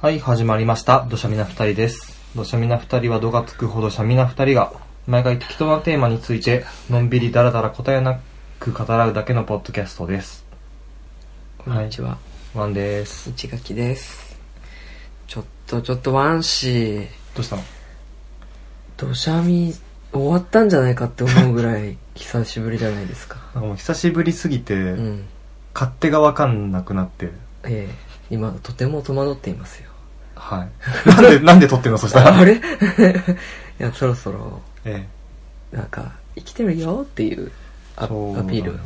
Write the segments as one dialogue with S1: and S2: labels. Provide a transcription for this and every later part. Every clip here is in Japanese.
S1: はい、始まりました。ドシャミナ二人です。ドシャミナ二人は度がつくほどシャミナ二人が、毎回適当なテーマについて、のんびりだらだら答えなく語らうだけのポッドキャストです。
S2: こんにちは、
S1: ワンです。
S2: 内垣ですちょっとちょっとワンシー
S1: どうしたの
S2: 土砂見終わったんじゃないかって思うぐらい久しぶりじゃないで すか
S1: なんかもう久しぶりすぎて、
S2: うん
S1: 勝手がわかんなくなって、
S2: ええ今とても戸惑ってい ますよ
S1: はい。なんで、 なんで撮ってんのそしたら。
S2: あれいやそろそろ
S1: え
S2: なんか生きてるよっていう
S1: え
S2: アアピ
S1: そうだね
S2: ール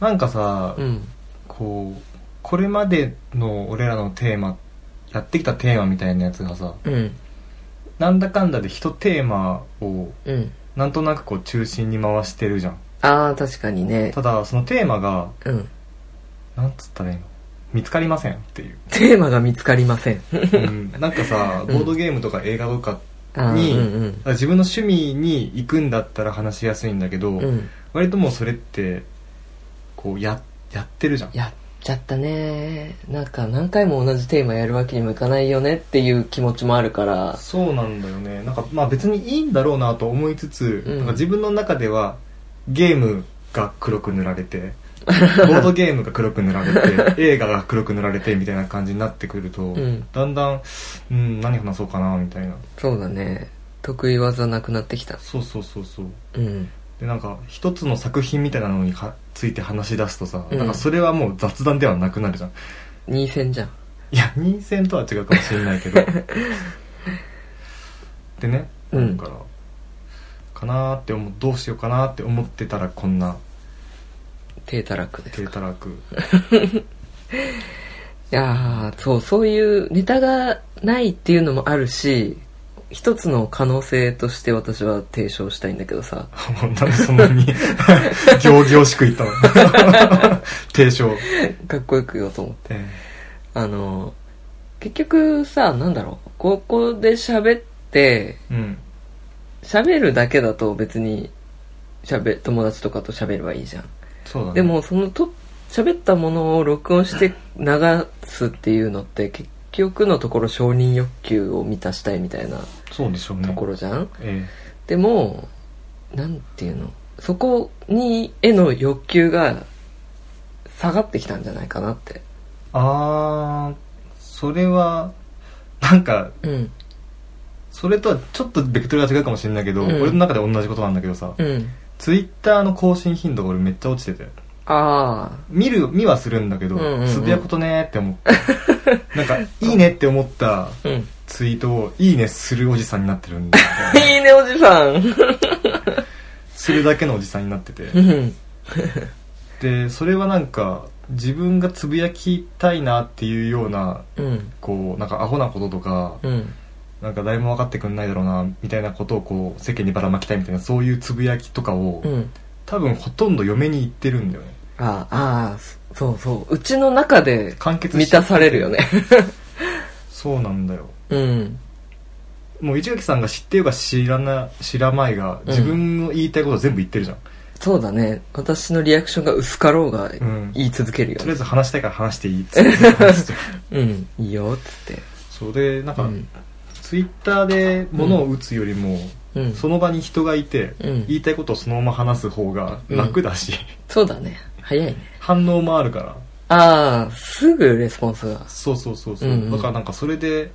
S1: なんかさ、
S2: うん
S1: こう、これまでの俺らのテーマ、やってきたテーマみたいなやつがさ、
S2: うん
S1: なんだかんだで一テーマを
S2: うん
S1: なんとなくこう中心に回してるじゃん
S2: ああ確かにね
S1: ただそのテーマが
S2: うん
S1: なんつったらいいの見つかりませんっていう、
S2: テーマが見つかりません
S1: うん、なんかさボードゲームとか映画とか
S2: ああ
S1: に、
S2: うん
S1: 自分の趣味に行くんだったら話しやすいんだけど、
S2: うんうん
S1: 割ともうそれってこうややってるじゃん
S2: やっちゃったねなんか何回も同じテーマやるわけにもいかないよねっていう気持ちもあるから
S1: そうなんだよねなんかまあ別にいいんだろうなと思いつつ、
S2: うん
S1: なんか自分の中ではゲームが黒く塗られ てボードゲームが黒く塗られて映画が黒く塗られてみたいな感じになってくると、
S2: ん
S1: だんだん、うん、何話そうかなみたいな
S2: そうだね得意技なくなってきた
S1: そうそうそうそう
S2: うん
S1: でなんか一つの作品みたいなのにかついて話し出すとさ、
S2: うん
S1: なんかそれはもう雑談ではなくなるじゃん
S2: 2戦じゃん
S1: いや人選とは違うかもしれないけ どでね
S2: う
S1: だ
S2: ん
S1: から、かなーって思うどうしようかなーって思ってたらこんな
S2: 手たらくです
S1: 低
S2: か
S1: たらく
S2: いやーそうそういうネタがないっていうのもあるし一つの可能性として私は提唱したいんだけどさ
S1: もうなんでそんなに 行々しく言ったの 提唱、
S2: かっこよく言おうと思って
S1: え
S2: あの結局さなんだろうここで喋って
S1: えうん
S2: 喋るだけだと別に喋友達とかと喋ればいいじゃん、
S1: そうだね
S2: でもそのと喋ったものを録音して流すっていうのって結局のところ承認欲求を満たしたいみたいな
S1: そうでしょうね
S2: ところじゃん、
S1: え
S2: でもなんていうのそこにへの欲求が下がってきたんじゃないかなって
S1: えあーそれはなんか
S2: うん
S1: それとはちょっとベクトルが違うかもしれないけど、
S2: うん
S1: 俺の中で同じことなんだけどさ、
S2: うん
S1: ツイッターの更新頻度が俺めっちゃ落ちてて
S2: ああ
S1: 見る見はするんだけど、
S2: うんうんうん
S1: つぶやくことねーって思って なんかいいねって思った
S2: うんい
S1: ツイートをいいねするおじさんになってるんだよね
S2: いねおじさん
S1: するだけのおじさんになってて
S2: うん
S1: でそれはなんか自分がつぶやきたいなっていうような
S2: うん
S1: こうなんかアホなこととか、
S2: うん
S1: なんか誰も分かってくんないだろうなみたいなことをこう世間にばらまきたいみたいなそういうつぶやきとかを、
S2: うん
S1: 多分ほとんど嫁に言ってるんだよね
S2: ああ、そうそう。うちの中で
S1: 完結し
S2: 満たされるよね。
S1: そうなんだよ
S2: うん。
S1: もう市垣さんが知ってようが知らな知らまいが自分の言いたいこと全部言ってるじゃん、
S2: そうだね。私のリアクションが薄かろうが
S1: ん
S2: 言い続けるよ
S1: とりあえ
S2: ね。
S1: ず話したいから話していいっつって話 して
S2: うん。いいよ、つって。
S1: そうでなん
S2: う
S1: か、
S2: ん。
S1: ツイッターで物を打つよりも、
S2: うん。
S1: その場に人がいて、
S2: うん
S1: 言いたいことをそのまま話す方が楽だし、
S2: そうだね。早いね。
S1: 反応もあるから
S2: ああ、すぐレスポンスが。
S1: そうそうそうそう、
S2: うんうん
S1: だからなんかそれで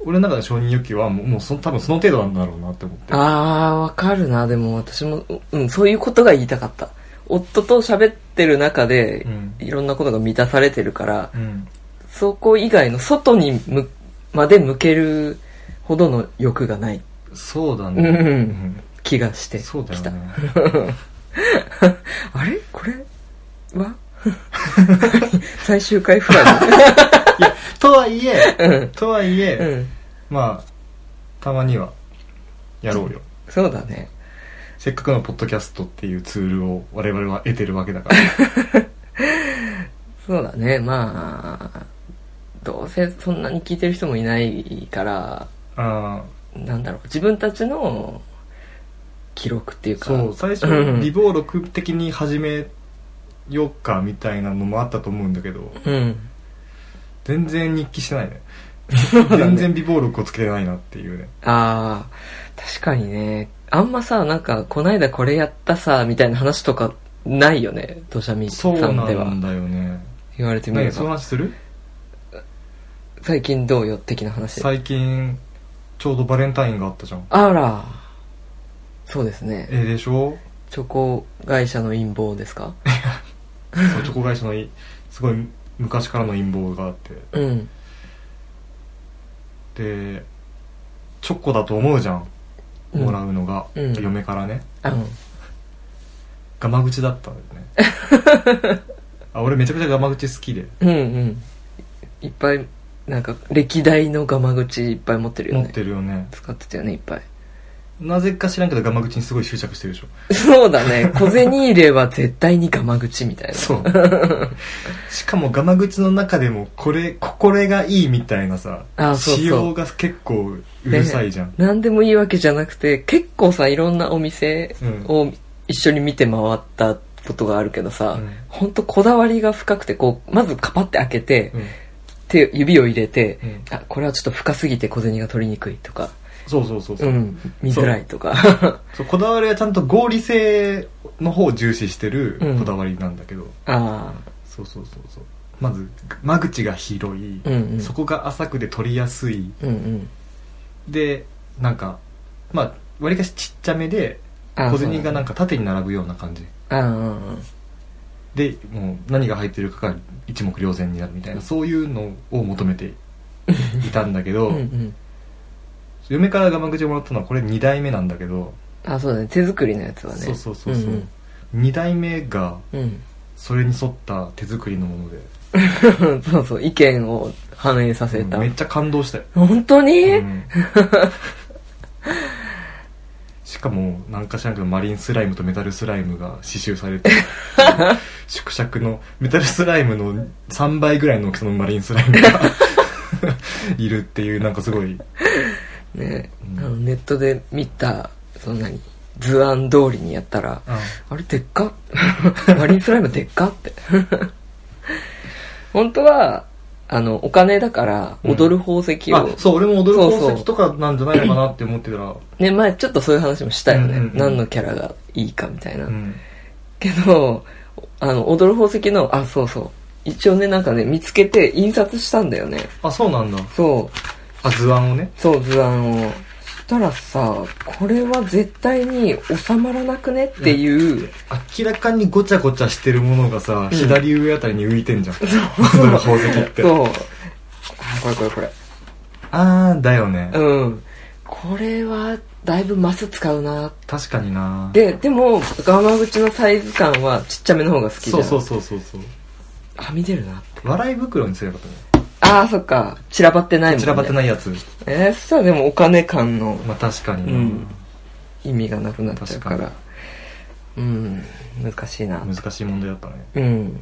S1: 俺の中の承認欲求はもうもうその多分その程度なんだろうなって思って
S2: ああ、わかるな。でも私も、うん、そういうことが言いたかった。夫と喋ってる中で
S1: う、ん、
S2: いろんなことが満たされてるから、
S1: うん、
S2: そこ以外の外にむまで向けるほどの欲がない
S1: そうだね、
S2: うん
S1: うん
S2: 気がして
S1: そうだ
S2: き
S1: よ
S2: た。
S1: ね
S2: あれこれは 最終回フラ
S1: いやとはいえ
S2: グうん
S1: とはい え、
S2: うん
S1: まあたまにはやろうよ
S2: そうだね
S1: せっかくのポッドキャストっていうツールを我々は得てるわけだから
S2: そうだねまあどうせそんなに聞いてる人もいないから
S1: あ
S2: なんだろう自分たちの記録っていう
S1: ー
S2: か
S1: そう最初
S2: うん
S1: 微暴録的に始めようかみたいなのもあったと思うんだけど
S2: うん
S1: 全然日記してない ね全然備忘録をつけてないなっていうね
S2: ああ、確かにね。あんまさ、なんか、こないだこれやったさ、みたいな話とか、ないよね。土砂みさ
S1: そうん
S2: で
S1: な
S2: は
S1: ん。だよね
S2: 言われてみれ
S1: 何その
S2: ば。
S1: 話する
S2: 最近どうよ的な話。
S1: 最近ちょうどバレンタインがあったじゃ ん
S2: あら。そうですね。
S1: ええでしょ
S2: チョコ会社の陰謀ですか
S1: そうチョコ会社のいすごい昔からの陰謀があって
S2: うん。
S1: でチョコだと思うじゃん
S2: うん
S1: もらうのが、
S2: うん
S1: 嫁からね
S2: あの、
S1: ガマ口だったんだよ ねあ俺めちゃめちゃガマ口好きで
S2: うんうん。いっぱい、なんか、歴代のガマ口いっぱい持ってるよ
S1: 持
S2: ね。
S1: ってるよね
S2: 使ってたよね、いっぱい。
S1: なぜか知らんけどガマ口にすごい執着してるでしょ
S2: そうだ ね。小銭入れは絶対にガマ口みたいな。
S1: そう しかもガマ口の中でもこれここれがいいみたいなさ
S2: あそうそう
S1: 仕様が結構うるさいじゃん、
S2: 何でもいいわけじゃなくて、結構さ、いろんなお店を一緒に見て回ったことがあるけどさ、
S1: うん
S2: ほんとこだわりが深くて、こう、まずカパって開けて、
S1: うん
S2: 手、指を入れて、
S1: うん
S2: あ、これはちょっと深すぎて小銭が取りにくいとか、
S1: そうそうそうそうう,、
S2: ん、見づらいとか。
S1: そうこだわりはちゃんと合理性の方を重視してる
S2: うん
S1: こだわりなんだけど、
S2: あ
S1: そうそうそうそうまず間口が広い、
S2: あ、うんうん。
S1: そこが浅くで取りやすい
S2: うんうん。
S1: でなんかまあ割りかしちっちゃめで
S2: あー
S1: 小銭がなん
S2: か。
S1: か縦に並ぶような感じ
S2: ああ、うん
S1: でもう何が入ってるかが一目瞭然になるみたいなそういうのを求めていたんだけど、
S2: うんうん。
S1: 嫁からガマ口をもらったのはこれ2代目なんだけど、
S2: あ、そうだね。手作りのやつはね。
S1: そうそうそうそう、
S2: ん
S1: 2代目が
S2: うん。
S1: それに沿った手作りのもので
S2: うん そうそう。意見を反映させた。
S1: めっちゃ感動したよ、
S2: 本当に、
S1: うんしかもなんか知らんけどマリンスライムとメタルスライムが刺繍され てる縮尺のメタルスライムの3倍ぐらいの大きさのマリンスラ イムがいるっていうなんかすごい
S2: ね、
S1: うん
S2: あのネットで見たそんなに図案通りにやったらあれでっか マリンスライムでっかって 本当はあのお金だから
S1: うん
S2: 踊る宝石を、
S1: あそう俺も踊る
S2: そう
S1: 宝
S2: そう
S1: 石とかなんじゃないのかなって思ってたら
S2: ね前ちょっとそういう話もしたよね、
S1: うんうんうん
S2: 何のキャラがいいかみたいな、
S1: うん
S2: けどあの踊る宝石のあそうそう一応ねなんかね見つけて印刷したんだよね
S1: あそうなんだ
S2: そう
S1: あ図案をね
S2: そう、図案を。そしたらさ、これは絶対に収まらなくねっていう、
S1: 明らかにごちゃごちゃしてるものがさ、
S2: うん
S1: 左上あたりに浮いてんじゃん 踊る宝石って
S2: そう。あ、これこれこれ。
S1: あーだよね、
S2: うん。これは、だいぶマス使うな。
S1: 確かにな
S2: で、でも、ガマ口のサイズ感はちっちゃめの方が好きじゃ
S1: そ
S2: ん。
S1: うそうそうそうそう
S2: はみ出るな。
S1: 笑い袋にすればよかっ
S2: ああ、そっか。散らばってな
S1: たね
S2: いもんね。
S1: 散らばって
S2: い。
S1: ないやつ
S2: えー、そしたらでもお金感の
S1: まあ確かにな、
S2: うん意味がなくなっちゃうから。
S1: 確
S2: うん。難しいな。
S1: 難しい問題だったね
S2: うん。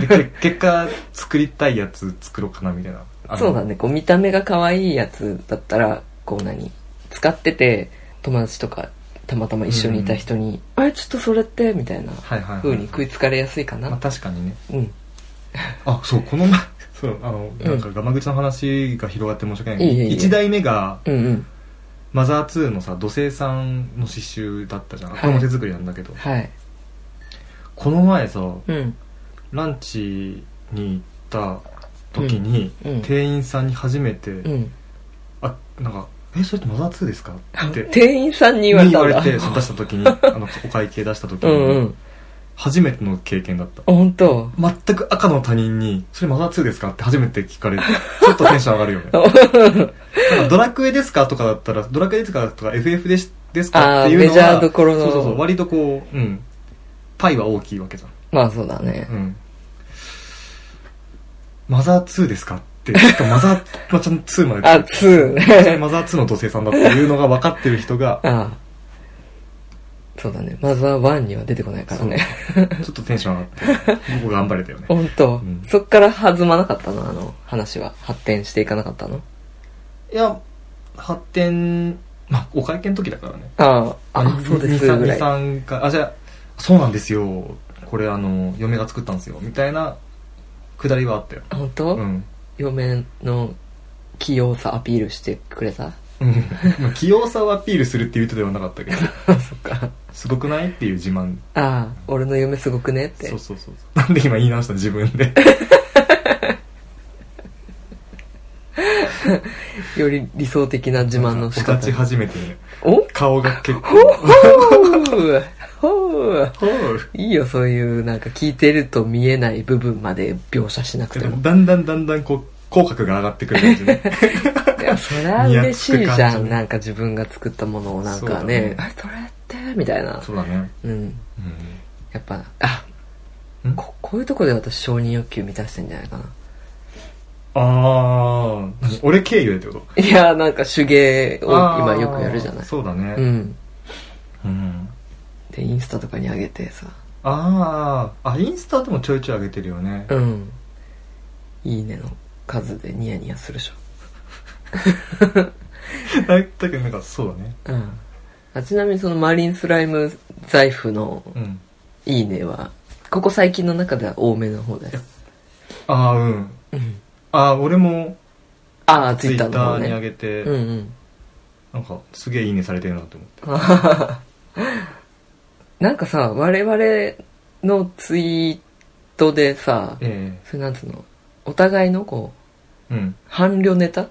S1: でけ 結果作りたいやつ作ろうかなみたいなあの
S2: そうだね、こう見た目が可愛いやつだったら、こう何使ってて、友達とか、たまたま一緒にいた人に、あれちょっとそれって、みたいな
S1: はいはい、はい、
S2: 風に食いつかれやすいかな。
S1: まあ確かにね
S2: うん。
S1: あそうこの前 そうあの
S2: うん
S1: なんかガマ口の話が広がって申し訳ないけど、
S2: いえいえいえ
S1: 1代目が
S2: うんうん。
S1: マザー2のさ土星さんの刺繍だったじゃん、
S2: はい
S1: これも手作りなんだけど
S2: はい。
S1: この前さ
S2: うん。
S1: ランチに行った時に、
S2: うんうん
S1: 店員さんに初めて、
S2: うん。
S1: あなんか「えそれってマザー2ですか?」 って
S2: 店員さんに言われ
S1: に
S2: た
S1: 言
S2: ん
S1: わ
S2: だ
S1: れてそう出した時 にあのお会計出した時
S2: う
S1: に、
S2: んうん。
S1: 初めての経験だった
S2: あ本当
S1: 全く赤の他人に「それマザー2ですか?」って初めて聞かれてちょっとテンション上がる よねなんかドラクエですかとかだったら「ドラクエですか?」とか「FF ですですか?」っ
S2: ああ、
S1: ていうのは
S2: メジャーどころの。
S1: そうそうそう割とこううんパイは大きいわけじ
S2: まあそうだね
S1: ゃん、。うん、マザー2ですかってしかもマザーまあちゃんと2まで
S2: あ、2。
S1: そ れマザー2の土星さんだっていうのが分かってる人 が
S2: ああ。そうだね。マザー1には出てこないからね。
S1: そうちょっとテンション上がって僕頑張れたよね
S2: 本当、
S1: うん
S2: そっから弾まなかったのあの話は発展していかなかったの
S1: いや発展まあお会計の時だからね
S2: あああ
S1: に
S2: そうです
S1: に
S2: ぐらい
S1: さんかあじゃあそうなんですよこれあの嫁が作ったんですよみたいな下りはあったよ
S2: 本当、
S1: うん
S2: 嫁の器用さアピールしてく れた
S1: うんまあ器用さをアピールするっていう意図ではなかったけ ど
S2: そっか
S1: すごくないっていう自慢
S2: ああ俺の嫁すごくねって
S1: そうそうそうそうなんで今言い直したの自分で
S2: より理想的な自慢の
S1: お
S2: 仕
S1: 立
S2: 方
S1: ち始めてる
S2: お
S1: 顔が結 構
S2: ほうほう
S1: ほう
S2: いいよそういうなんか聞いてると見えない部分まで描写しなくても
S1: だんだんだんだんこう口角が上がってくる感じ ね
S2: いやそりゃ嬉しい
S1: ニヤつく
S2: じゃ
S1: 感じ
S2: ん
S1: ね
S2: なんか自分が作ったものをなん
S1: そう
S2: か
S1: だ
S2: ね
S1: ね
S2: あそれってみたいな
S1: そうだね
S2: うん
S1: うん
S2: やっぱあ
S1: ん
S2: ここういうとこで私承認欲求満たしてんじゃないかな
S1: ああ俺経由でってこと
S2: いやなんか手芸を今よくやるじゃ
S1: あ
S2: な
S1: ー
S2: い
S1: そうだ
S2: う
S1: ね
S2: ん
S1: うん、
S2: でインスタとかに上げてさ
S1: あーあインスタでもちょいちょい上げてるよね
S2: うんいいねの数でニヤニヤするでしょ
S1: だけどなんかそうだね
S2: うんあちなみにそのマリンスライム財布の
S1: うん
S2: 「いいね」はここ最近の中では多めの方だよ、
S1: ああうん
S2: うん、
S1: ああ俺も
S2: ああ
S1: ツ
S2: ツイ
S1: イ
S2: ッター
S1: ッ
S2: の
S1: タ
S2: 方
S1: ーに上
S2: ね
S1: げて、
S2: うんうん
S1: なんかすげえいいねされてるなと思って
S2: なんかさ我々のツイートでさ
S1: え
S2: それなんつうのお互いのこう
S1: えうん
S2: 伴侶ネタ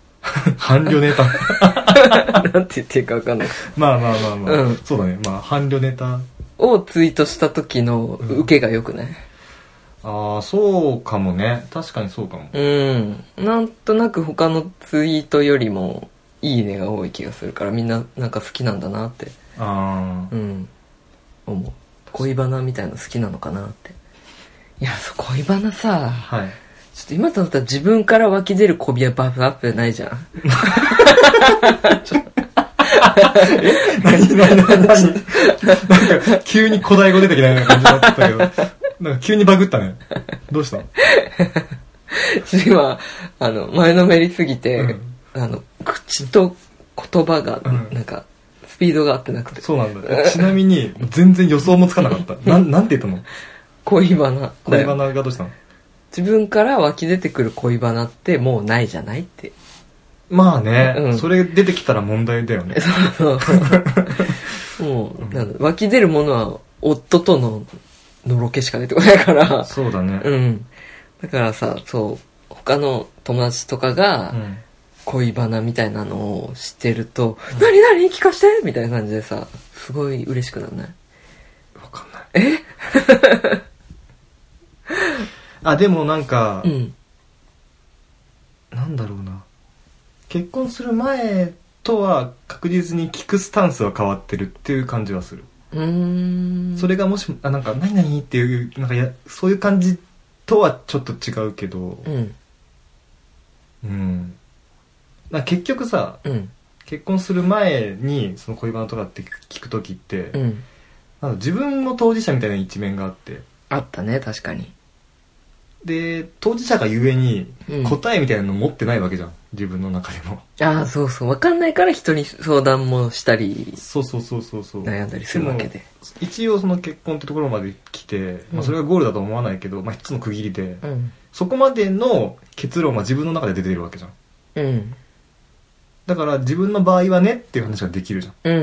S1: 伴侶ネタ
S2: なんて言っていいか分かんない
S1: まあまあまあまあ、
S2: うん
S1: そうだねまあ伴侶ネタ
S2: をツイートした時の受けが良くない
S1: ああそうかもね確かにそうかも
S2: うん、なんとなく他のツイートよりもいいねが多い気がするからみんななんか好きなんだなって
S1: ああ
S2: うん思う恋バナみたいの好きなのかなっていやそう恋バナさ
S1: はい
S2: ちょっと今となったら自分から湧き出るこびやバフアップじゃないじゃん
S1: 何何何何なんか急に古代語出てきたような感じだったけどなんか急にバグったねどうしたの
S2: 今あの前のめりすぎて、
S1: うん
S2: あの口と言葉が
S1: うん
S2: なんかスピードが合ってなくて
S1: そうなんだちなみに全然予想もつかなか ったなんなんて言ったの
S2: 恋バナだ
S1: 恋バ
S2: よ
S1: ナがどうしたの
S2: 自分から湧き出てくる恋バナってもうないじゃないって
S1: まあね、
S2: うん
S1: それ出てきたら問題だよね
S2: そうそう。もう、なんだ湧き出るものは夫とののろけしか出てこないから、
S1: そうだね
S2: うん。だからさ、そう、他の友達とか
S1: う
S2: が
S1: ん
S2: 恋バナみたいなのをしてると、何何聞かしてみたいな感じでさ、すごい嬉しくならない
S1: わかんないえ あでもなんか、
S2: うん。
S1: なんだろうな結婚する前とは確実に聞くスタンスは変わってるっていう感じはする
S2: うーん。
S1: それがもしもあなんか「何々」っていうなんかやそういう感じとはちょっと違うけど
S2: うん。
S1: うんなんか結局さ
S2: うん。
S1: 結婚する前にその恋バナとかって聞く時って、
S2: うん。
S1: なんか自分も当事者みたいな一面があって
S2: あったね、確かに。
S1: で当事者がゆえに
S2: うん
S1: 答えみたいなの持ってないわけじゃん自分の中でも
S2: ああ、そうそう。わかんないから人に相談もしたり、
S1: そうそうそうそうそう
S2: 悩んだりするわけで。
S1: も一応その結婚ってところまで来て、まあ、それがゴールだとは思わないけど、まあ、一つの区切りで
S2: うん。
S1: そこまでの結論は自分の中で出てるわけじゃん
S2: うん。
S1: だから自分の場合はねっていう話ができるじゃん
S2: うんうん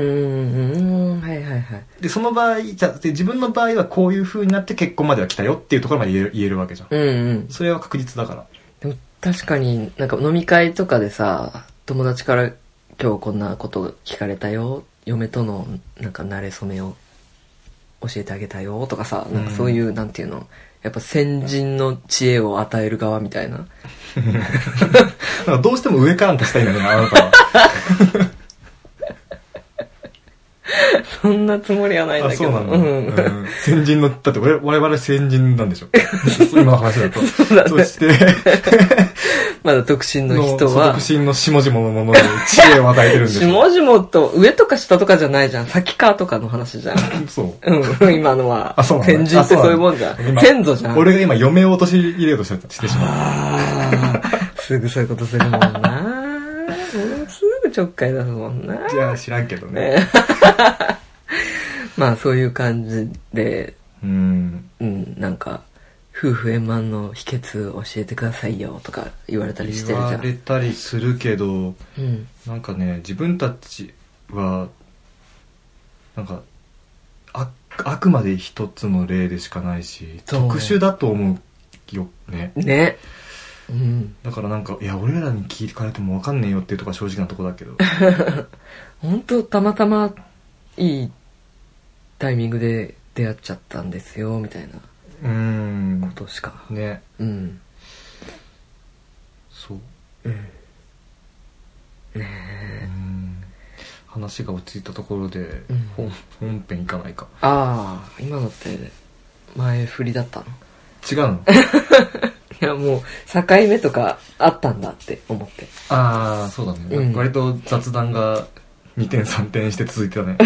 S2: うんうん、はいはいはい。
S1: でその場合じゃあで自分の場合はこういう風になって結婚までは来たよっていうところまで言える言えるわけじゃん
S2: うんうん。
S1: それは確実だから
S2: でも確かになんか飲み会とかでさ、友達から今日こんなこと聞かれたよ、嫁とのなんか慣れ初めを教えてあげたよとかさ、なんかそういう、なんていうの、やっぱ先人の知恵を与える側みたいな。
S1: なんかどうしても上から出したいんだよねあなたは
S2: そんなつもりはないん
S1: あ
S2: だけ
S1: そう
S2: ど。
S1: なの、
S2: うん。
S1: うん先人のだって我々我々先人なんでし ょ今の話だとそう
S2: だね
S1: して
S2: まだ独身の
S1: の
S2: 人は
S1: 独、身の下々のものに知恵を与えてるんです
S2: 下
S1: よ。
S2: 々と上とか下とかじゃないじゃん。先かとかの話じゃん。
S1: そう。
S2: うん、今のは。
S1: あそうなの
S2: 先人ってそういうもんじゃ。
S1: あそうなんの
S2: 先祖じゃん。
S1: 俺が今嫁を落とし入れようとしてしてしまう。
S2: あーすぐそういうことするもんな。もうすぐちょっかい出すもんな。
S1: じゃあ知らんけどね。
S2: ねまあそういう感じで、
S1: うん。
S2: うん、なんか、夫婦円満の秘訣教えてくださいよとか言われたりして
S1: 言
S2: るじ
S1: わ
S2: ゃ
S1: れ
S2: ん。
S1: たりするけど
S2: うん。
S1: なんかね自分たちはなんかああくまで一つの例でしかないし
S2: そう
S1: 特殊だと思うよね
S2: ね。うん。
S1: だからなんかいや俺らに聞かれても分かんねえよっていうとこは正直なとこだ けど
S2: 本当たまたまいいタイミングで出会っちゃったんですよ、みたいな
S1: うーん
S2: ことしか。
S1: ね
S2: うん。
S1: そう
S2: うん。
S1: うーん話が落ち着いたところで、
S2: うん
S1: 本本編いかないか
S2: ああ、今のって前振りだったの
S1: 違う の
S2: いや、もう境目とかあったんだって思って。
S1: ああそうだね、
S2: うん
S1: 割と雑談が2点3点して続いてたね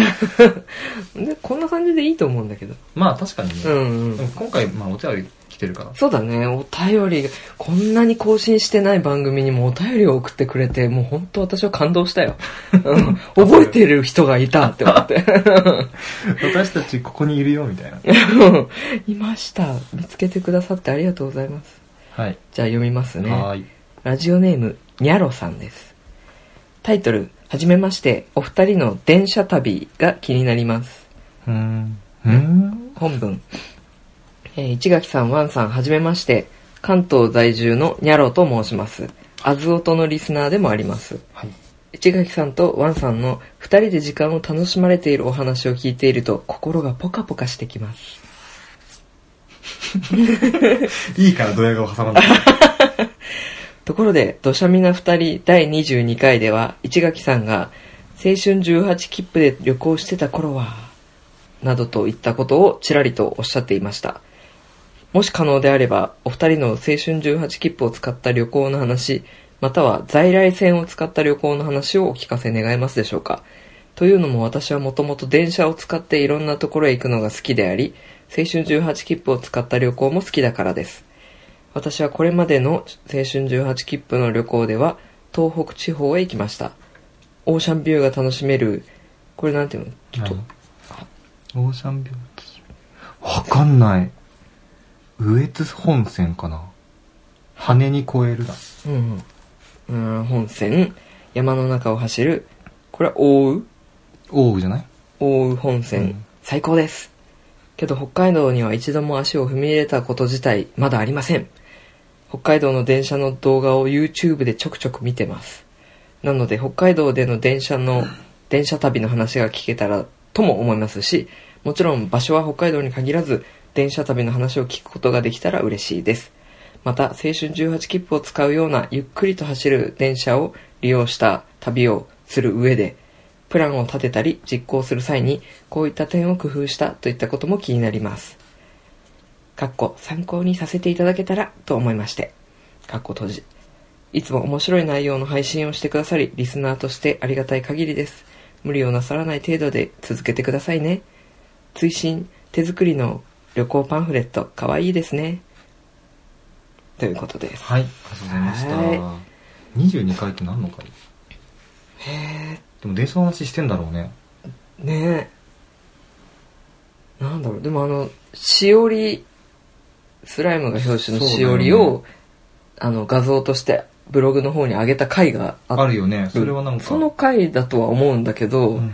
S2: で、こんな感じでいいと思うんだけど。
S1: まあ確かにね、
S2: うんう
S1: でも
S2: ん。
S1: 今回、まあ、お手紙来てるから
S2: そうだね、お便り、こんなに更新してない番組にもお便りを送ってくれて、もう本当私は感動したよ。うん覚えてる人がいたって思って。
S1: 私たちここにいるよみたいな
S2: いました。見つけてくださってありがとうございます。
S1: はい、
S2: じゃあ読みますね。
S1: はーい
S2: ラジオネーム、にゃろさんです。タイトル、はじめまして、お二人の電車旅が気になります。
S1: うーんうーん
S2: 本文、えー、市垣さん、ワンさん、はじめまして、関東在住のにゃろと申します。あずおとのリスナーでもあります。
S1: はい
S2: 市垣さんとワンさんの二人で時間を楽しまれているお話を聞いていると、心がポカポカしてきます。
S1: いいからドヤ顔挟まない
S2: ところで、土砂みな二人第22回では、市垣さんが、青春18切符で旅行してた頃は、などといったことをちらりとおっしゃっていました。もし可能であれば、お二人の青春18切符を使った旅行の話、または在来線を使った旅行の話をお聞かせ願えますでしょうか。というのも私はもともと電車を使っていろんなところへ行くのが好きであり、青春18切符を使った旅行も好きだからです。私はこれまでの青春18切符の旅行では、東北地方へ行きました。オーシャンビューが楽しめる、これなんていうのちょっと、
S1: オーシャンビューわかんない羽越本線かな羽に越えるだ
S2: うん、うんうん、本線山の中を走るこれは奥羽
S1: オウじゃない
S2: 奥羽本線、
S1: うん
S2: 最高ですけど北海道には一度も足を踏み入れたこと自体まだありません北海道の電車の動画を YouTube でちょくちょく見てますなので北海道での電車の電車旅の話が聞けたらとも思いますしもちろん場所は北海道に限らず電車旅の話を聞くことができたら嬉しいですまた青春18切符を使うようなゆっくりと走る電車を利用した旅をする上でプランを立てたり実行する際にこういった点を工夫したといったことも気になります。かっこ参考にさせていただけたらと思いまして。かっこ閉じ。いつも面白い内容の配信をしてくださり、リスナーとしてありがたい限りです。無理をなさらない程度で続けてくださいね。追伸手作りの旅行パンフレット、かわいいですね。ということです。
S1: はいありがとうございました
S2: は
S1: 22回って何の回
S2: へ
S1: でも電車の話してんだろうね
S2: え、ねえ。なんだろう、でもあの、しおり、スライムが表紙のしおり
S1: そうだ
S2: を、あの、画像としてブログの方に上げた回があって
S1: あるよねそれはなんか
S2: その回だとは思うんだけど、
S1: うん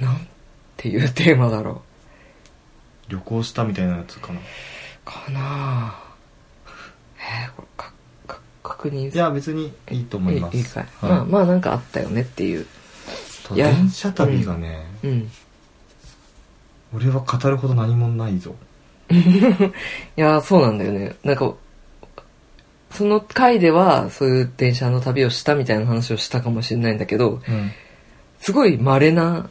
S2: なんていうテーマだろ
S1: 旅行したみたいなやつかな
S2: う。かなあえー、これか、か、確認
S1: いや別にいいと思います
S2: いいいいかい、
S1: はい
S2: まあまあなんかあったよねっていう。
S1: た
S2: いや
S1: だ電車旅がね、
S2: うん。
S1: 俺は語るほど何もないぞ
S2: いやーそうなんだよね。なんか、その回では、そういう電車の旅をしたみたいな話をしたかもしれないんだけど、
S1: うん
S2: すごい稀な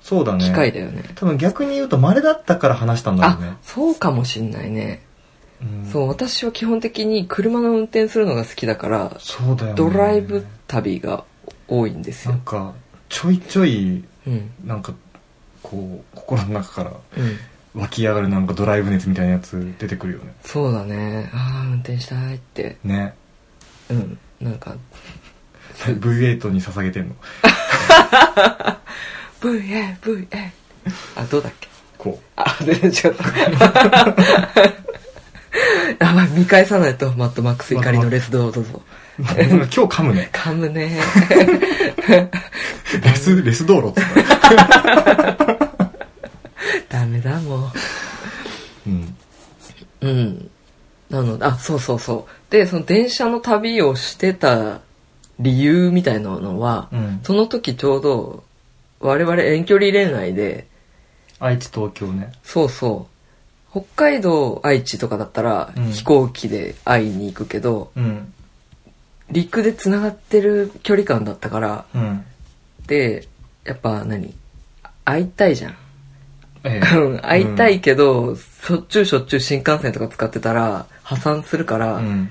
S1: そうだね
S2: 機会だよね。
S1: 多分逆に言うと稀だったから話したんだろうね
S2: あ、そうかもしれないね。
S1: うん
S2: そう、私は基本的に車の運転するのが好きだから、
S1: そうだよね
S2: ドライブ旅が多いんです
S1: な
S2: よ
S1: ん。かちょいちょい
S2: うん。
S1: なんかこう心の中から
S2: うん。
S1: 湧き上がるなんかドライブ熱みたいなやつ出てくるよね
S2: そうだね。ああ、運転したいって。
S1: ね
S2: うん。なんか、
S1: V8 に捧げてんの
S2: VA、VA。あ、どうだっけ
S1: こ
S2: あ、全然違った。 あ、まあ、見返さないと、マッドマックス怒りのレスドをどうぞ。
S1: 今日噛むね。
S2: 噛むね。
S1: レス、レス道路っつった。
S2: ダメだ、も
S1: うん。
S2: う。うん。なので、あ、そうそうそう。で、その電車の旅をしてた理由みたいなのは、
S1: うん。
S2: その時ちょうど、我々遠距離恋愛で、
S1: 愛知、東京ね。
S2: そうそう。北海道、愛知とかだったら
S1: うん、
S2: 飛行機で会いに行くけど、
S1: うん。
S2: 陸で繋がってる距離感だったから、
S1: うん。
S2: で、やっぱ何会いたいじゃん。
S1: え
S2: うん 会いたいけど、しょっちゅうしょっちゅう新幹線とか使ってたら破産するか ら、
S1: うん。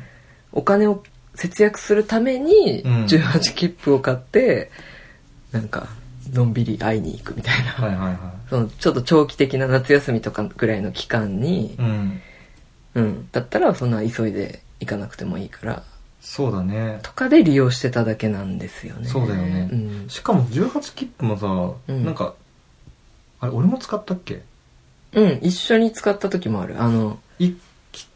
S2: お金を節約するために
S1: うん
S2: 18切符を買って、なんかのんびり会いに行くみたいな、
S1: はいはいは
S2: そのちょっと長期的な夏休みとかぐらいの期間に
S1: い。、うん。
S2: うんだったらそんな急いで行かなくてもいいから
S1: そうだね。
S2: とかで利用してただけなんですよね
S1: そうだよね
S2: うん、
S1: しかも18切符もさ、
S2: うん
S1: なんか、あれ、俺も使ったっけ
S2: うん、一緒に使った時もあるあの
S1: い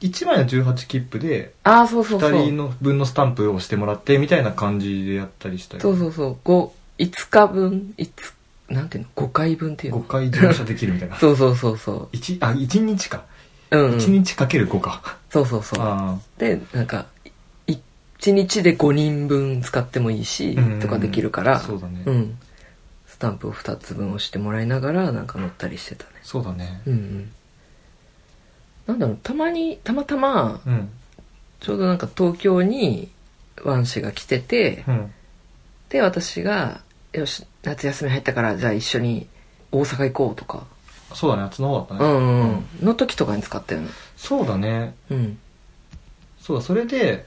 S1: 1枚の18切符で、
S2: ああそうそうそう
S1: 2人の分のスタンプを押してもらって、みたいな感じでやったりしたよ。
S2: そうそうそう、5、5日分、いつ、なんていうの、5回分っていうの
S1: 5回乗車できるみたいな。
S2: そうそうそうそ
S1: 一あ、1日か。
S2: う。うん、う
S1: 1
S2: ん。
S1: 日かける5か。
S2: そうそうそう。
S1: あ
S2: で、なんか、い1日で5人分使ってもいいし
S1: うん、
S2: とかできるか
S1: あ。
S2: ら、
S1: そうだね。
S2: うん。スタンプを2つ分押してもらいながら、なんか乗ったりしてたね。
S1: そうだね。
S2: うんうん。なんだろう、たまに、たまたま、
S1: うん。
S2: ちょうどなんか東京に、ワン氏が来てて、
S1: うん。
S2: で私が「よし夏休み入ったからじゃあ一緒に大阪行こう」とか、
S1: そうだね、あっちの方だったね。
S2: うんうんうん、の時とかに使ったよね
S1: そうだね。
S2: うん
S1: そうだ、それで、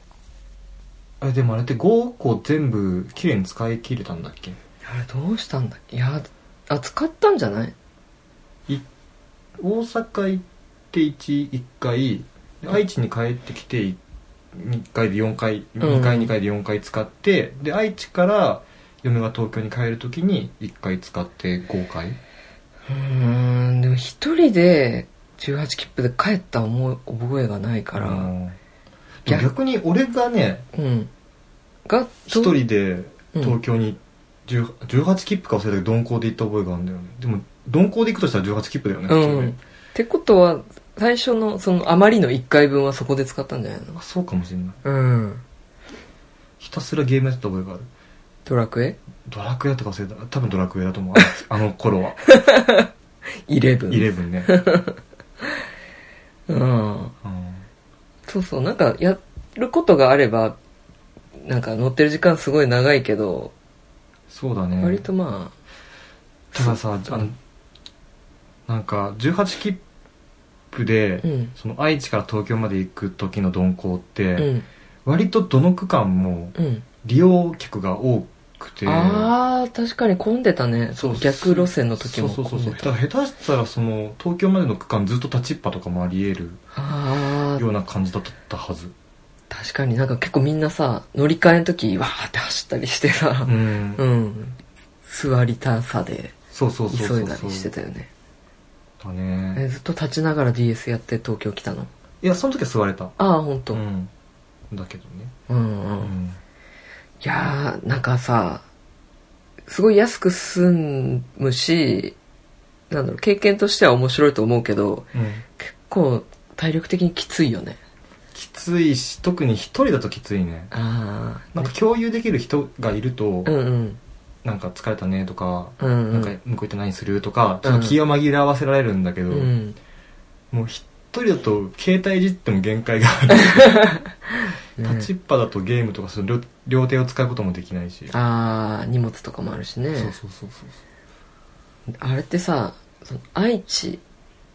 S1: あれでもあれって5個全部綺麗に使い切れたんだっけ
S2: あれどうしたんだっけいやあ使ったんじゃない
S1: 大阪行って1、1回、で愛知に帰ってきて、2回で4回、2回
S2: うん
S1: 2回で4回使って、で、愛知から嫁が東京に帰るときに1回使って5回。
S2: うーんでも一人で18切符で帰った思い覚えがないか
S1: あ
S2: ら
S1: のでも逆に俺がね、
S2: うんが
S1: 一
S2: どう
S1: 人で
S2: うん
S1: 東京に10 18切符か忘れたけど鈍行で行った覚えがあるんだよねでも鈍行で行くとしたら18切符だよね、
S2: うん、
S1: 普
S2: っ
S1: 通ね
S2: てことは最初のそのあまりの1回分はそこで使ったんじゃないの
S1: あそうかもしれない
S2: うん
S1: ひたすらゲームやってた覚えがある
S2: ドラクエ
S1: ドラクエだとか忘れた多分ドラクエだと思うあの頃 は
S2: 11
S1: 11ね、
S2: うん
S1: うん、
S2: そうそう、なんかやることがあれば、なんか乗ってる時間すごい長いけど、
S1: そうだね
S2: 割とま
S1: たださあのなんか18切符で、
S2: あ、うん。
S1: その愛知から東京まで行く時の鈍行っ
S2: う
S1: て、
S2: ん。
S1: 割とどの区間も
S2: うん。
S1: 利用客が多くて
S2: ああ、確かに混んでたね。
S1: そう
S2: 逆路線の時も
S1: そうそう
S2: 混ん
S1: そう
S2: で
S1: だか
S2: た。
S1: ら下手したらその東京までの区間ずっと立ちっぱとかもありえる
S2: ああ
S1: よ、うな感じだったはず
S2: 確かになんか結構みんなさ、乗り換えの時、わーって走ったりしてさ
S1: う、ん、
S2: うん。座りたさで
S1: そうそうそうそう
S2: 急いだりしてたよね。
S1: だね
S2: えずっと立ちながら DS やって東京来たの。
S1: いやその時は座れた
S2: ああ、ほんと。
S1: う
S2: うん
S1: んだけどね
S2: うん
S1: う。ん
S2: いやー、なんかさ、すごい安く済むし、なんだろう、経験としては面白いと思うけど、
S1: うん
S2: 結構体力的にきついよね。
S1: きついし特に一人だときついね
S2: あー。
S1: なんか共有できる人がいると、
S2: うんうん。
S1: なんか疲れたねとか、
S2: うんう
S1: なん
S2: ん。
S1: か向こう行って何するとかちょっと気を紛らわせられるんだけど、
S2: うん。
S1: もう一人だと携帯いじっても限界がある
S2: ね
S1: 立ちっぱだとゲームとかその両両手を使うこともできないし、
S2: あー、荷物とかもあるしね。
S1: そうそうそうそう
S2: あれってさ、その愛知、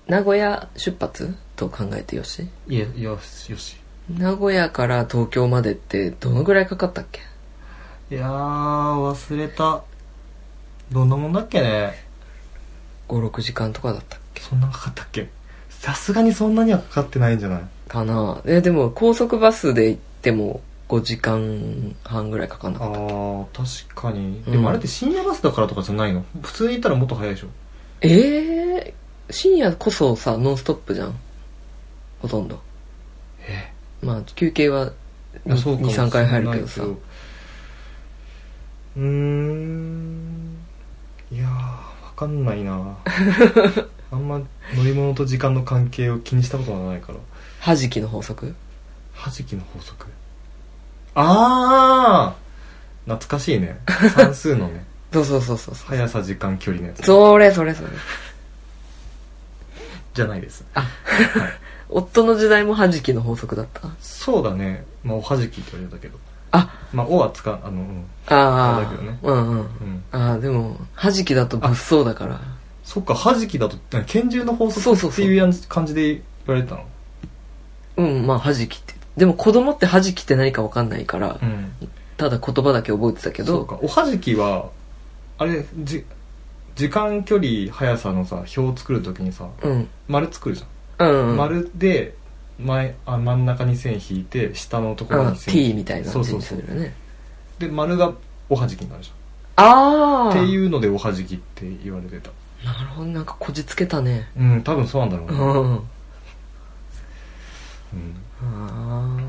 S2: 名古屋出発と考えてよし。
S1: いやよしよし
S2: 名古屋から東京までってどのぐらいかかったっけ
S1: いやー忘れたどんなもんだっけね
S2: ?5、6時間とかだったっけ
S1: そんなかかったっけさすがにそんなにはかかってないんじゃない
S2: かなえでも高速バスで行っても5時間半ぐらいかかんな
S1: あ
S2: かった
S1: ー確かに、
S2: うん
S1: でもあれって深夜バスだからとかじゃないの普通に行ったらもっと早いでしょ
S2: ええ深夜こそさノンストップじゃんほとんど
S1: ええ
S2: まあ休憩は
S1: あそうかもしれ
S2: 23回入るけどさ
S1: ないうーんいやーわかんない なあんま乗り物と時間の関係を気にしたことがないから
S2: はじきの法則
S1: はじきの法則ああ懐かしいね算数の ね
S2: そうそうそうそうそう
S1: 速さ時間距離のやつ
S2: それそれそれ
S1: じゃないです
S2: 夫の時代もはじきの法則だった
S1: そうだねまあおはじきって言われたけど
S2: あ
S1: まあ「お」はつかあのうん、
S2: あ
S1: そ
S2: あ
S1: うだけどね
S2: うんうん
S1: うん、
S2: ああでもはじきだと物騒だから
S1: そっかはじきだと拳銃の法
S2: そうそ
S1: 則
S2: う
S1: っ
S2: そ
S1: て
S2: う
S1: いうやん感じで言われたの
S2: うんまあはじきってでも子供ってはじきって何か分かんないから、
S1: うん
S2: ただ言葉だけ覚えてたけ
S1: そう
S2: ど
S1: かおはじきはあれじ時間距離速さのさ表を作るときにさ
S2: うん
S1: 丸作るじ
S2: うん
S1: ゃん、
S2: うん
S1: 丸で前あ真ん中に線引いて下のところ
S2: あ
S1: に線
S2: T みたいな
S1: そう
S2: 感じ
S1: そう
S2: に
S1: そ
S2: す
S1: う
S2: るよね
S1: で丸がおはじきになるじゃ
S2: ああ
S1: んっていううのでおはじきって言われてた
S2: なるほどなんかこじつけたね
S1: うん多分そうなんだろう
S2: う
S1: ね、
S2: んあ
S1: うん
S2: あ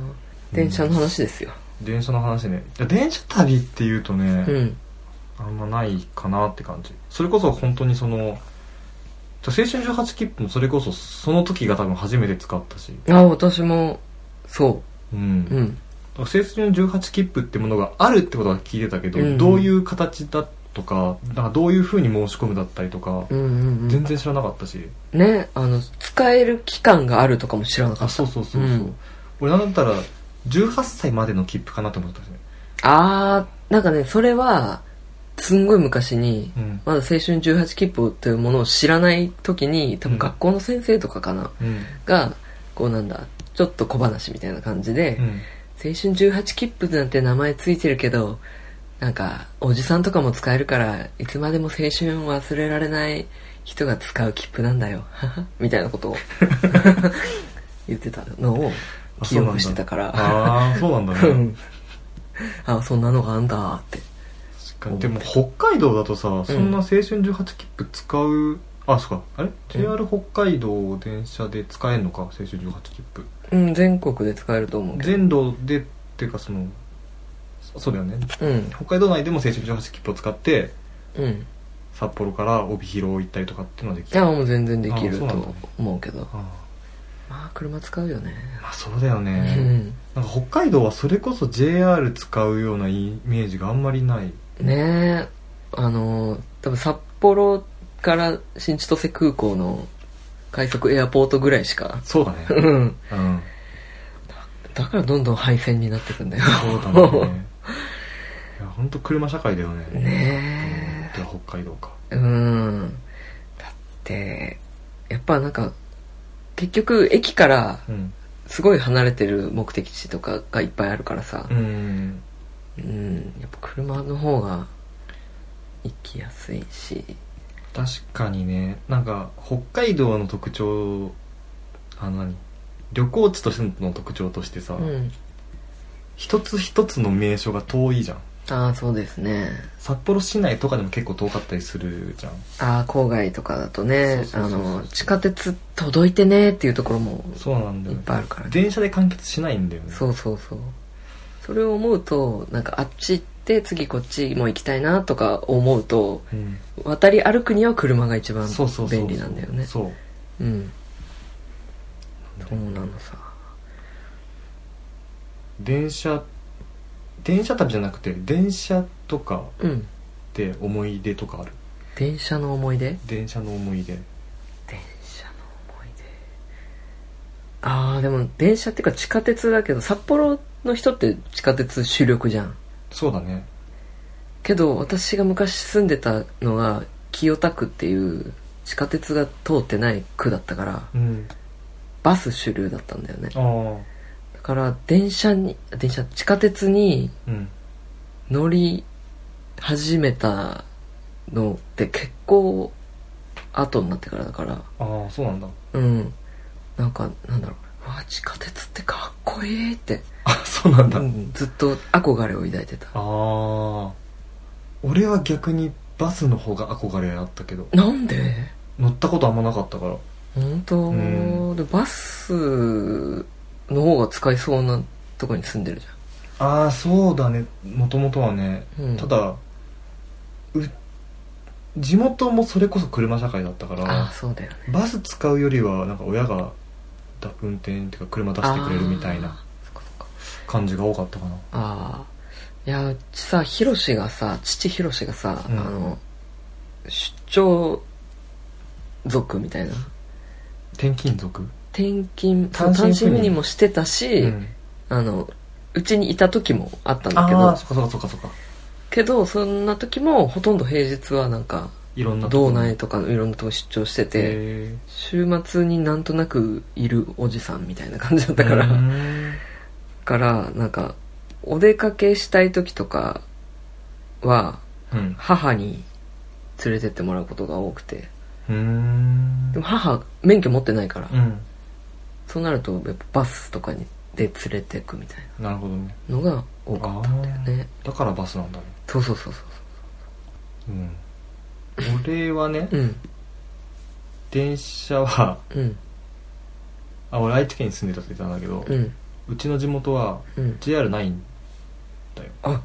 S2: 電車の話ですよ
S1: 電車の話ねいや電車旅っていうとね、
S2: うん
S1: あんまないかなって感じそれこそ本当にその青春18切符もそれこそその時が多分初めて使ったし、
S2: ああ私もそ
S1: うん
S2: ううん
S1: 青春18切符ってものがあるってことは聞いてたけど、
S2: うん
S1: どういう形だとかなんかどういうふうに申し込むだったりとか、
S2: うんうんう
S1: 全
S2: ん
S1: 然知らなかったし
S2: ねあの使える期間があるとかも知らな
S1: あ
S2: かった
S1: そうそうそうそう、
S2: うん
S1: 俺なんだったら18歳までの切符かなと思ってたしね、
S2: ああなんかねそれはすんごい昔に
S1: うん
S2: まだ青春18切符というものを知らない時に多分学校の先生とかかな、
S1: うん
S2: がこうなんだちょっと小話みたいな感じで、
S1: う
S2: 青
S1: ん
S2: 春18切符なんて名前ついてるけどなんかおじさんとかも使えるからいつまでも青春忘れられない人が使う切符なんだよみたいなことを 言ってたのを
S1: あ
S2: 記
S1: そうなんだ
S2: 憶してたから
S1: ああそうなんだ
S2: う
S1: ね
S2: ん あそんなのがあんだって
S1: 確かにでも北海道だとさそんな青春18切符使う、あそうかあれ JR 北海道電車で使えんのか青春18切符
S2: うん全国で使えると思うけど
S1: 全道でっていうかそのそそうだよね
S2: うん
S1: 北海道内でも青春18切符を使って
S2: うん
S1: 札幌から帯広行ったりとかっていうのはでき
S2: いや
S1: る
S2: もう全然でき
S1: あ
S2: る
S1: そうなんだ
S2: と思うけど
S1: あ
S2: まあ車使うよね
S1: あまあそうだよ
S2: う
S1: ね
S2: ん
S1: なんか北海道はそれこそ JR 使うようなイメージがあんまりない
S2: ねえあのー多分札幌から新千歳空港の快速エアポートぐらいしか
S1: そうだね
S2: うん
S1: うん
S2: だからどんどん廃線になってくんだよ
S1: そうだねいや本当車社会だよね
S2: ね
S1: で北海道か
S2: えうんだってやっぱなんか結局駅から
S1: うん
S2: すごい離れてる目的地とかがいっぱいあるからさ
S1: うん
S2: うんやっぱ車の方が行きやすいし
S1: 確かにねなんか北海道の特徴あの何旅行地としての特徴としてさ、
S2: うん
S1: 一つ一つの名所が遠いじゃん
S2: ああそうですね
S1: 札幌市内とかでも結構遠かったりするじゃん
S2: ああ郊外とかだとね
S1: そう
S2: あ
S1: そうそうそう
S2: の地下鉄届いてねっていうところも
S1: そうなんだ
S2: いっ
S1: よね
S2: ぱいあるからね
S1: 電車で完結しないんだよね
S2: そうそうそうそれを思うとなんかあっち行って次こっちも行きたいなとか思うと
S1: うん、
S2: 渡り歩くには車が一番
S1: そうそうそうそう
S2: 便利なんだよね
S1: そう
S2: うんそうなのさ
S1: 電車電車旅じゃなくて電車とか
S2: うん
S1: って思い出とかある
S2: 電車の思い出
S1: 電車の思い出
S2: 電車の思い出ああでも電車っていうか地下鉄だけど札幌の人って地下鉄主力じゃん
S1: そうだね
S2: けど私が昔住んでたのが清田区っていう地下鉄が通ってない区だったから
S1: うん
S2: バス主流だったんだよね
S1: ああ
S2: だから電車に電車地下鉄に
S1: うん
S2: 乗り始めたのって結構後になってからだから
S1: ああそう なんだ
S2: うんなんかなんだろううわ地下鉄ってかっこいいって、
S1: あそうなんだ、
S2: うんずっと憧れを抱いてた
S1: ああ俺は逆にバスの方が憧れあったけど
S2: なんで
S1: 乗ったことあんまなかったから
S2: 本当、
S1: うん
S2: でバスの方が使いそうなとこに住んでるじ
S1: ああそうだねもともとはね、
S2: うん
S1: ただう地元もそれこそ車社会だったか
S2: ゃんああ
S1: ら
S2: そうだよね
S1: バス使うよりはなんか親がだ運転っていうか車出してくれるみたい
S2: あー
S1: な
S2: そっかそっか
S1: 感じが多かったかな
S2: ああいやうちさヒロシがさ父ヒロシがさ、
S1: うん
S2: あの出張族みたいな
S1: 転勤族、
S2: 転勤
S1: 単身赴任
S2: 単身赴任もしてたし、
S1: うん、
S2: あのうちにいた時もあったんだけ
S1: ああ
S2: ど
S1: そっかそっかそっかそっか
S2: けどそんな時もほとんど平日はなんか
S1: いろんな
S2: 道内
S1: て
S2: とかいろんなとこ出張してて、週末になんとなくいるおじさんみたいな感じだったから、だからなんかお出かけしたい時とかは
S1: うん
S2: 母に連れてってもらうことが多くて
S1: うーん
S2: でも母免許持ってないから、
S1: うん
S2: そうなるとやっぱバスとかにで連れてくみたい
S1: なるほどね
S2: なのが多かったんだよね
S1: だからバスなんだね
S2: そうそうそうそ
S1: うん俺はね
S2: ううん
S1: 電車は
S2: うん
S1: あ俺愛知県に住んでたって言ったんだけど、
S2: うん
S1: うちの地元は
S2: うん
S1: JR ない
S2: あ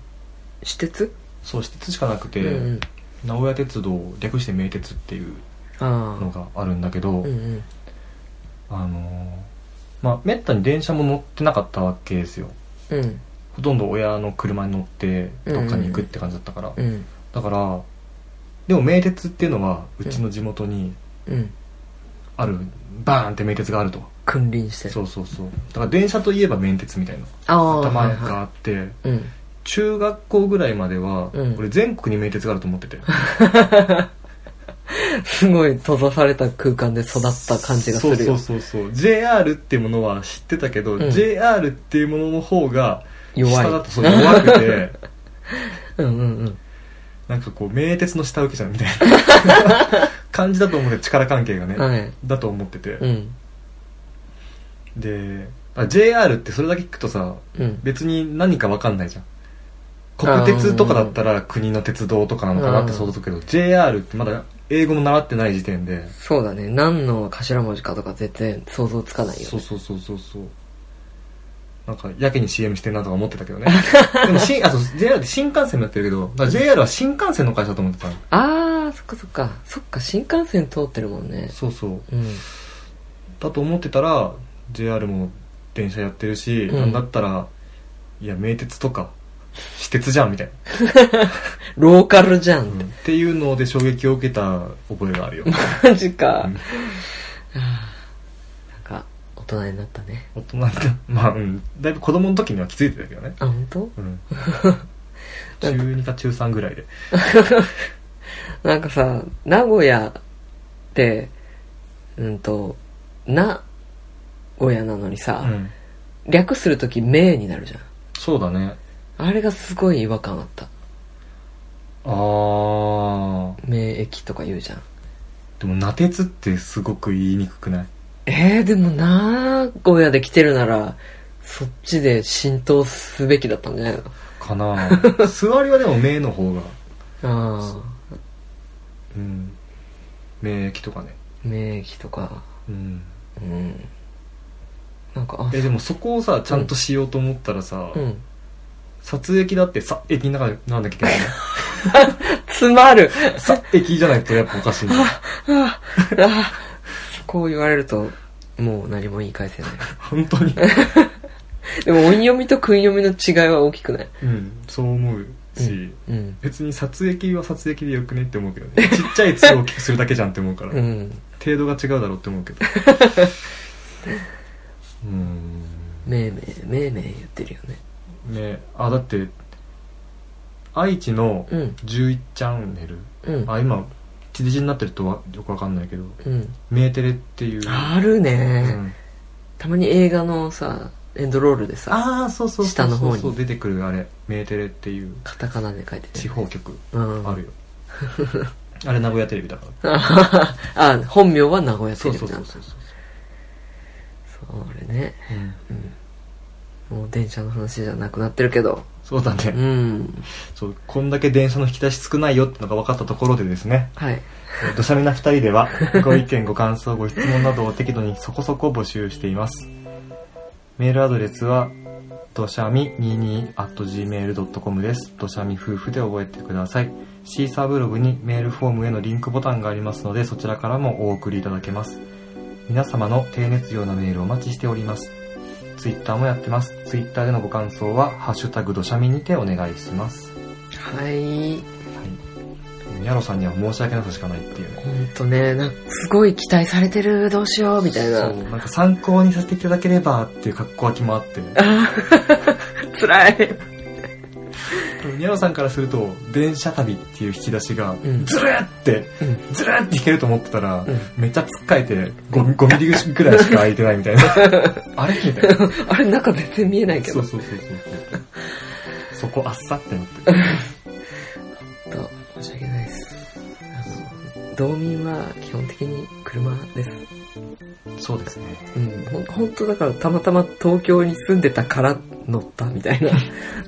S2: 私鉄
S1: そう私鉄しかなくて、
S2: うんうん
S1: 名古屋鉄道略して名鉄っていうの
S2: あ
S1: があるんだけど、
S2: あうんうん
S1: あのーまあめったに電車も乗ってなかったわけですよ
S2: うん
S1: ほとんど親の車に乗ってどっかに行くって感じだったから、
S2: うん
S1: だからでも名鉄っていうのはうちの地元に
S2: うん
S1: ある、バーンって名鉄があると
S2: 君臨して
S1: そうそうそうだから電車といえば名鉄みたいな
S2: ああ
S1: 頭
S2: はい
S1: があ
S2: は
S1: って、
S2: いうん
S1: 中学校ぐらいまでは、
S2: うん
S1: 俺全国に名鉄があると思ってて
S2: すごい閉ざされた空間で育った感じがするよ。
S1: そうそうそうそう JR っていうものは知ってたけど、
S2: うん
S1: JR っていうものの方が
S2: 弱い
S1: 下だとそう弱くて
S2: うんうんうん。
S1: なんかこう名鉄の下請けじゃんみたい な感じだと思って力関係がね、
S2: はい。
S1: だと思ってて、
S2: うん。
S1: であ JR ってそれだけ聞くとさ
S2: うん。
S1: 別に何か分かんないじゃん国鉄とかだったら国の鉄道とかなのかなって想像するけど、JR ってまだ英語も習ってない時点で
S2: そうだね。何の頭文字かとか絶対想像つかないよ
S1: そう
S2: ね。
S1: そうそうそうそうなんかやけに CM してんなとか思ってたけ どねでも新あそう JR って新幹線もやってるけどだから JR は新幹線の会社だと思ってたの
S2: あー、そっかそっか。そっか、新幹線通ってるもんね。
S1: そうそう
S2: うん。
S1: だと思ってたら JR も電車やってるし、
S2: うん
S1: なんだったらいや名鉄とか私鉄じゃんみたい
S2: ローカルじゃ
S1: な、
S2: ん。
S1: っていうので衝撃を受けた覚えがあるよ
S2: マジか。
S1: うん
S2: あーなんか、大人になったね。
S1: 大人だまあうんだいぶ子供の時には気づいてたけどね
S2: あ、本当？
S1: うん 中2か中3ぐらいで
S2: なんかさ、名古屋って、うんと、な、古屋なのに
S1: う
S2: さ、
S1: ん
S2: 略するとき名になるじゃん。
S1: そうだね
S2: あれがすごい違和感あった。
S1: ああ
S2: 名駅とか言うじゃん。
S1: でも、な鉄ってすごく言いにくくない
S2: えー、でも名古屋で来てるなら、そっちで浸透すべきだったんじゃないの
S1: かな 座りはでも、名の方が。
S2: あ
S1: うん。名駅とかね。
S2: あ、名駅とか、
S1: うん。
S2: うん。なんか、あ、
S1: え、でもそこをさ、ちゃんとしようと思ったらさ、
S2: うん。撮
S1: 撮影だってさ、駅の中になんなきゃいけないね。
S2: 詰まる
S1: さ、駅じゃないとやっぱおかしいね。
S2: あーあーこう言われると、もう何も言い返せない。
S1: 本当に。
S2: でも音読みと訓読みの違いは大きくない
S1: うん、そう思うし、
S2: うん。
S1: 別に撮影は撮影でよくねって思うけど ね。ちっちゃい「つ」を大きくするだけじゃんって思うから。
S2: うん。
S1: 程度が違うだろうって思うけ ど。うん。
S2: めいめい、めいめい言ってるよね。
S1: ねあだって愛知の
S2: うん、
S1: 11チャンネル、
S2: うん。
S1: あ今地デジになってるとはよくわかんないけど
S2: うん。
S1: メーテレっていう、
S2: ある
S1: う
S2: ね、
S1: ん、
S2: たまに映画のさ、エンドロールでさ、
S1: ああそうそうそうそう
S2: 下の方に
S1: そう出てくるあれメーテレっていう
S2: カタカナで書いてて。
S1: 地方局
S2: うん。
S1: あるよ、あれ名古屋テレビだから
S2: あ あ、本名は名古屋テ
S1: そう
S2: レ
S1: そ
S2: ビ
S1: う
S2: なんだ。
S1: そ
S2: そう
S1: うそうそう、
S2: あれね。
S1: うん、
S2: もう電車の話じゃなくなってるけど。
S1: そうだね、
S2: うん。
S1: そうこんだけ電車の引き出し少ないよってのが分かったところでですね
S2: はい。
S1: えー土砂目な二人では、ご意見、ご感想、ご質問などを適度にそこそこ募集しています。メールアドレスは、としゃみ 22.gmail.com です。としゃみ夫婦で覚えてください。シーサーブログにメールフォームへのリンクボタンがありますので、そちらからもお送りいただけます。皆様の低熱量なメールをお待ちしております。ツイッターもやってます。ツイッターでのご感想は、ハッシュタグどしゃみにてお願いします。は
S2: はい。
S1: い。ニャロさんには申し訳なさしかないっていうね。
S2: ほんとね、なんかすごい期待されてる、どうしよう、みたいな
S1: そう。なんか参考にさせていただければっていう格好は気もあって、
S2: あー辛い。
S1: ニャロさんからすると、電車旅っていう引き出しが、
S2: ん
S1: ずるって、
S2: うん
S1: ずるっていけると思ってたら、
S2: うん
S1: めっちゃつっかえて5、5ミリぐらいしか空いてないみたい な。あれみたいな。
S2: あれ、中全然見えないけ
S1: そ
S2: ど
S1: う。そうそうそうそう。そこあっさってなってる。
S2: ちょっと申し訳ないです。あの、道民は基本的に車です。
S1: そうですね。
S2: うん、ほんほんとだからたまたま東京に住んでたから乗ったみた いな。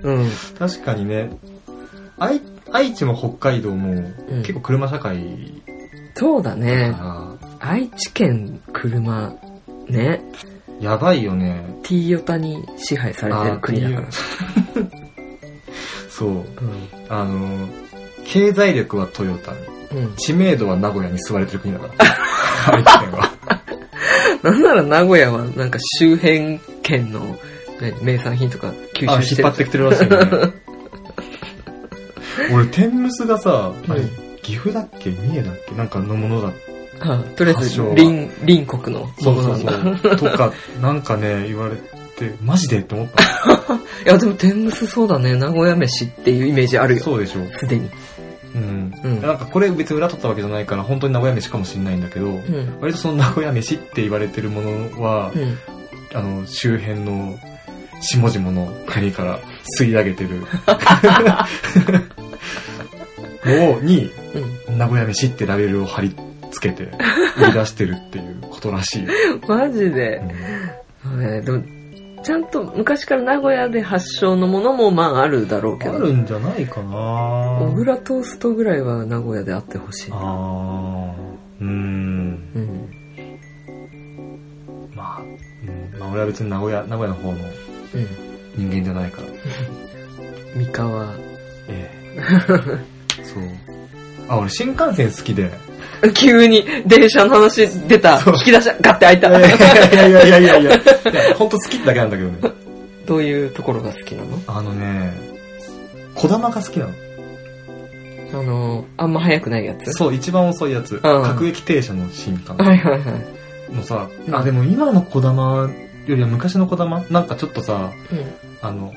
S2: うん。
S1: 確かにね、愛愛知も北海道も
S2: うん
S1: 結構車社会
S2: そうだ
S1: だ
S2: ね。
S1: か
S2: 愛知県車、ね。
S1: ら、やばいよね。
S2: T ヨタに支配されてる国だから。
S1: そう。
S2: うん。
S1: あの、経済力はトヨタに、
S2: うん。
S1: 知名度は名古屋に吸われてる国だ から。愛知県は。
S2: なんなら名古屋はなんか周辺県のね名産品とか吸
S1: あ、
S2: 収し
S1: 引
S2: て
S1: っ張
S2: る
S1: っ。てきてるらしい よね。俺、天むすがさ、あれ
S2: うん
S1: 岐阜だっけ三重だっけなんかのものだ
S2: あとりあえ
S1: 発
S2: ず
S1: 祥は
S2: 隣、隣国の
S1: そ
S2: も
S1: う
S2: の
S1: そ
S2: な
S1: うんそ
S2: だ。
S1: う。とか、なんかね、言われて、マジでって思っ
S2: いやでも天むすそうだね。名古屋飯っていうイメージあ
S1: た。
S2: るよ。
S1: そうでしょ。
S2: すでに。
S1: うん。
S2: うん。
S1: なんかこれ別に裏取ったわけじゃないから、本当に名古屋飯かもしれないんだけど、
S2: うん。
S1: 割とその名古屋飯って言われてるものは
S2: う、ん。
S1: あの、周辺の下々の国から吸い上げて るのに、
S2: うん。
S1: 名古屋飯ってラベルを貼り付けて売り出してるっていうことらしい。
S2: マジで
S1: う。ん
S2: えーでも、ちゃんと昔から名古屋で発祥のものもまああるだろうけ
S1: あ
S2: ど、
S1: るんじゃないかな
S2: 小倉トーストぐらいは名古屋であってほしい。
S1: あーうーん。
S2: うん。
S1: まあ、うん、まあ俺は別に名古屋、名古屋の方の
S2: うん。
S1: 人間じゃないから。
S2: 三河。
S1: ええ。 そう。あ、俺新幹線好きで。
S2: 急に電車の話出た。
S1: そう
S2: 引き出し、ガッて開 い
S1: いやい
S2: た。
S1: やいやいやいやいや。いや、ほんと好きってだけなんだけどね。
S2: どういうところが好きなの
S1: あのね、小玉が好きなの。
S2: あのー、あんま早くないやつ。
S1: そう、一番遅いやつ。各駅停車の新幹
S2: はいはいはい。
S1: のさ、
S2: うん
S1: あ、でも今の小玉よりは昔の小玉なんかちょっとさ、あの、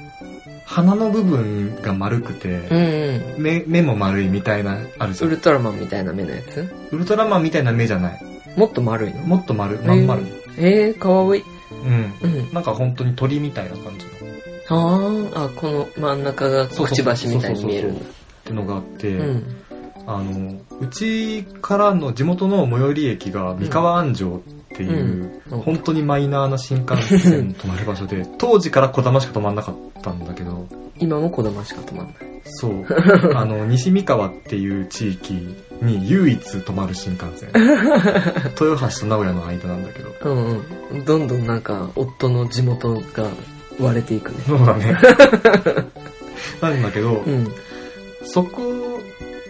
S1: 鼻の部分が丸く
S2: うん。う
S1: て、
S2: ん
S1: 目、目も丸いみたいな、あるじ
S2: うん。
S1: ゃ
S2: ウ
S1: ん。
S2: ルトラマンみたいな目のやつ
S1: ウルトラマンみたいな目じゃない。
S2: もっと丸いの
S1: もっと丸、まん丸。
S2: えー、かわいい。
S1: うん。
S2: うん。
S1: なんか本当に鳥みたいな感じの。っ
S2: ああ、あ、この真ん中が
S1: そうそう
S2: くちばしみたいに見えるんだ。
S1: てのがあって、
S2: うん。
S1: あの、うちからの地元の最寄り駅が三河安城っていう、
S2: うんうん
S1: 本当にマイナーな新幹線の止まる場所 で、当時から小玉しか止まんなかったんだけど、
S2: 今も子供しか止まんない。
S1: そう。あの、西三河っていう地域に唯一止まる新幹 線。豊橋と名古屋の間なんだけど。
S2: うんうん。どんどんなんか、夫の地元が割れていくね。
S1: そう だね。なんだけど、
S2: うん。
S1: そこ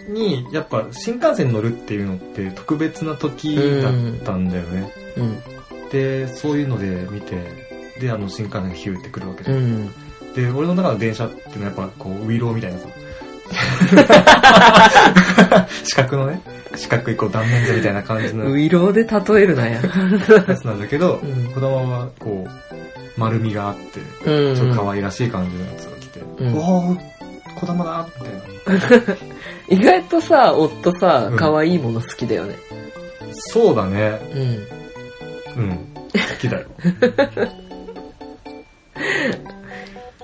S1: に、やっぱ新幹線に乗るっていうのって特別な時だったんだよね。
S2: うん。
S1: で、そういうので見て、で、あの新幹線がヒューってくるわけじ
S2: う
S1: ゃん。
S2: ん。
S1: で、俺の中の電車っていうのはやっぱこう、ウィローみたい なさ。四角のね、四角いこう断面図みたいな感じの
S2: ウイローで例えるなや。
S1: やつなんだけど、
S2: うん
S1: 子供はこう、丸みがあって、
S2: うん。
S1: ちょっと可
S2: い
S1: 愛らしい感じのやつが来て、うんおー、子供だみたいな。
S2: 意外とさ、夫さ
S1: うん、
S2: 可愛いもの好きだよね。
S1: そうだね。
S2: うん。
S1: うん。好きだ よ。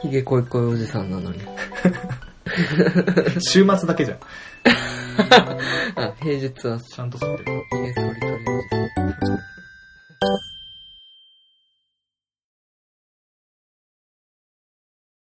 S2: ひげこいこいおじさんなのに。
S1: 週末だけじゃん。
S2: あ、平日は
S1: ちゃんと吸ってる。
S2: いいですね。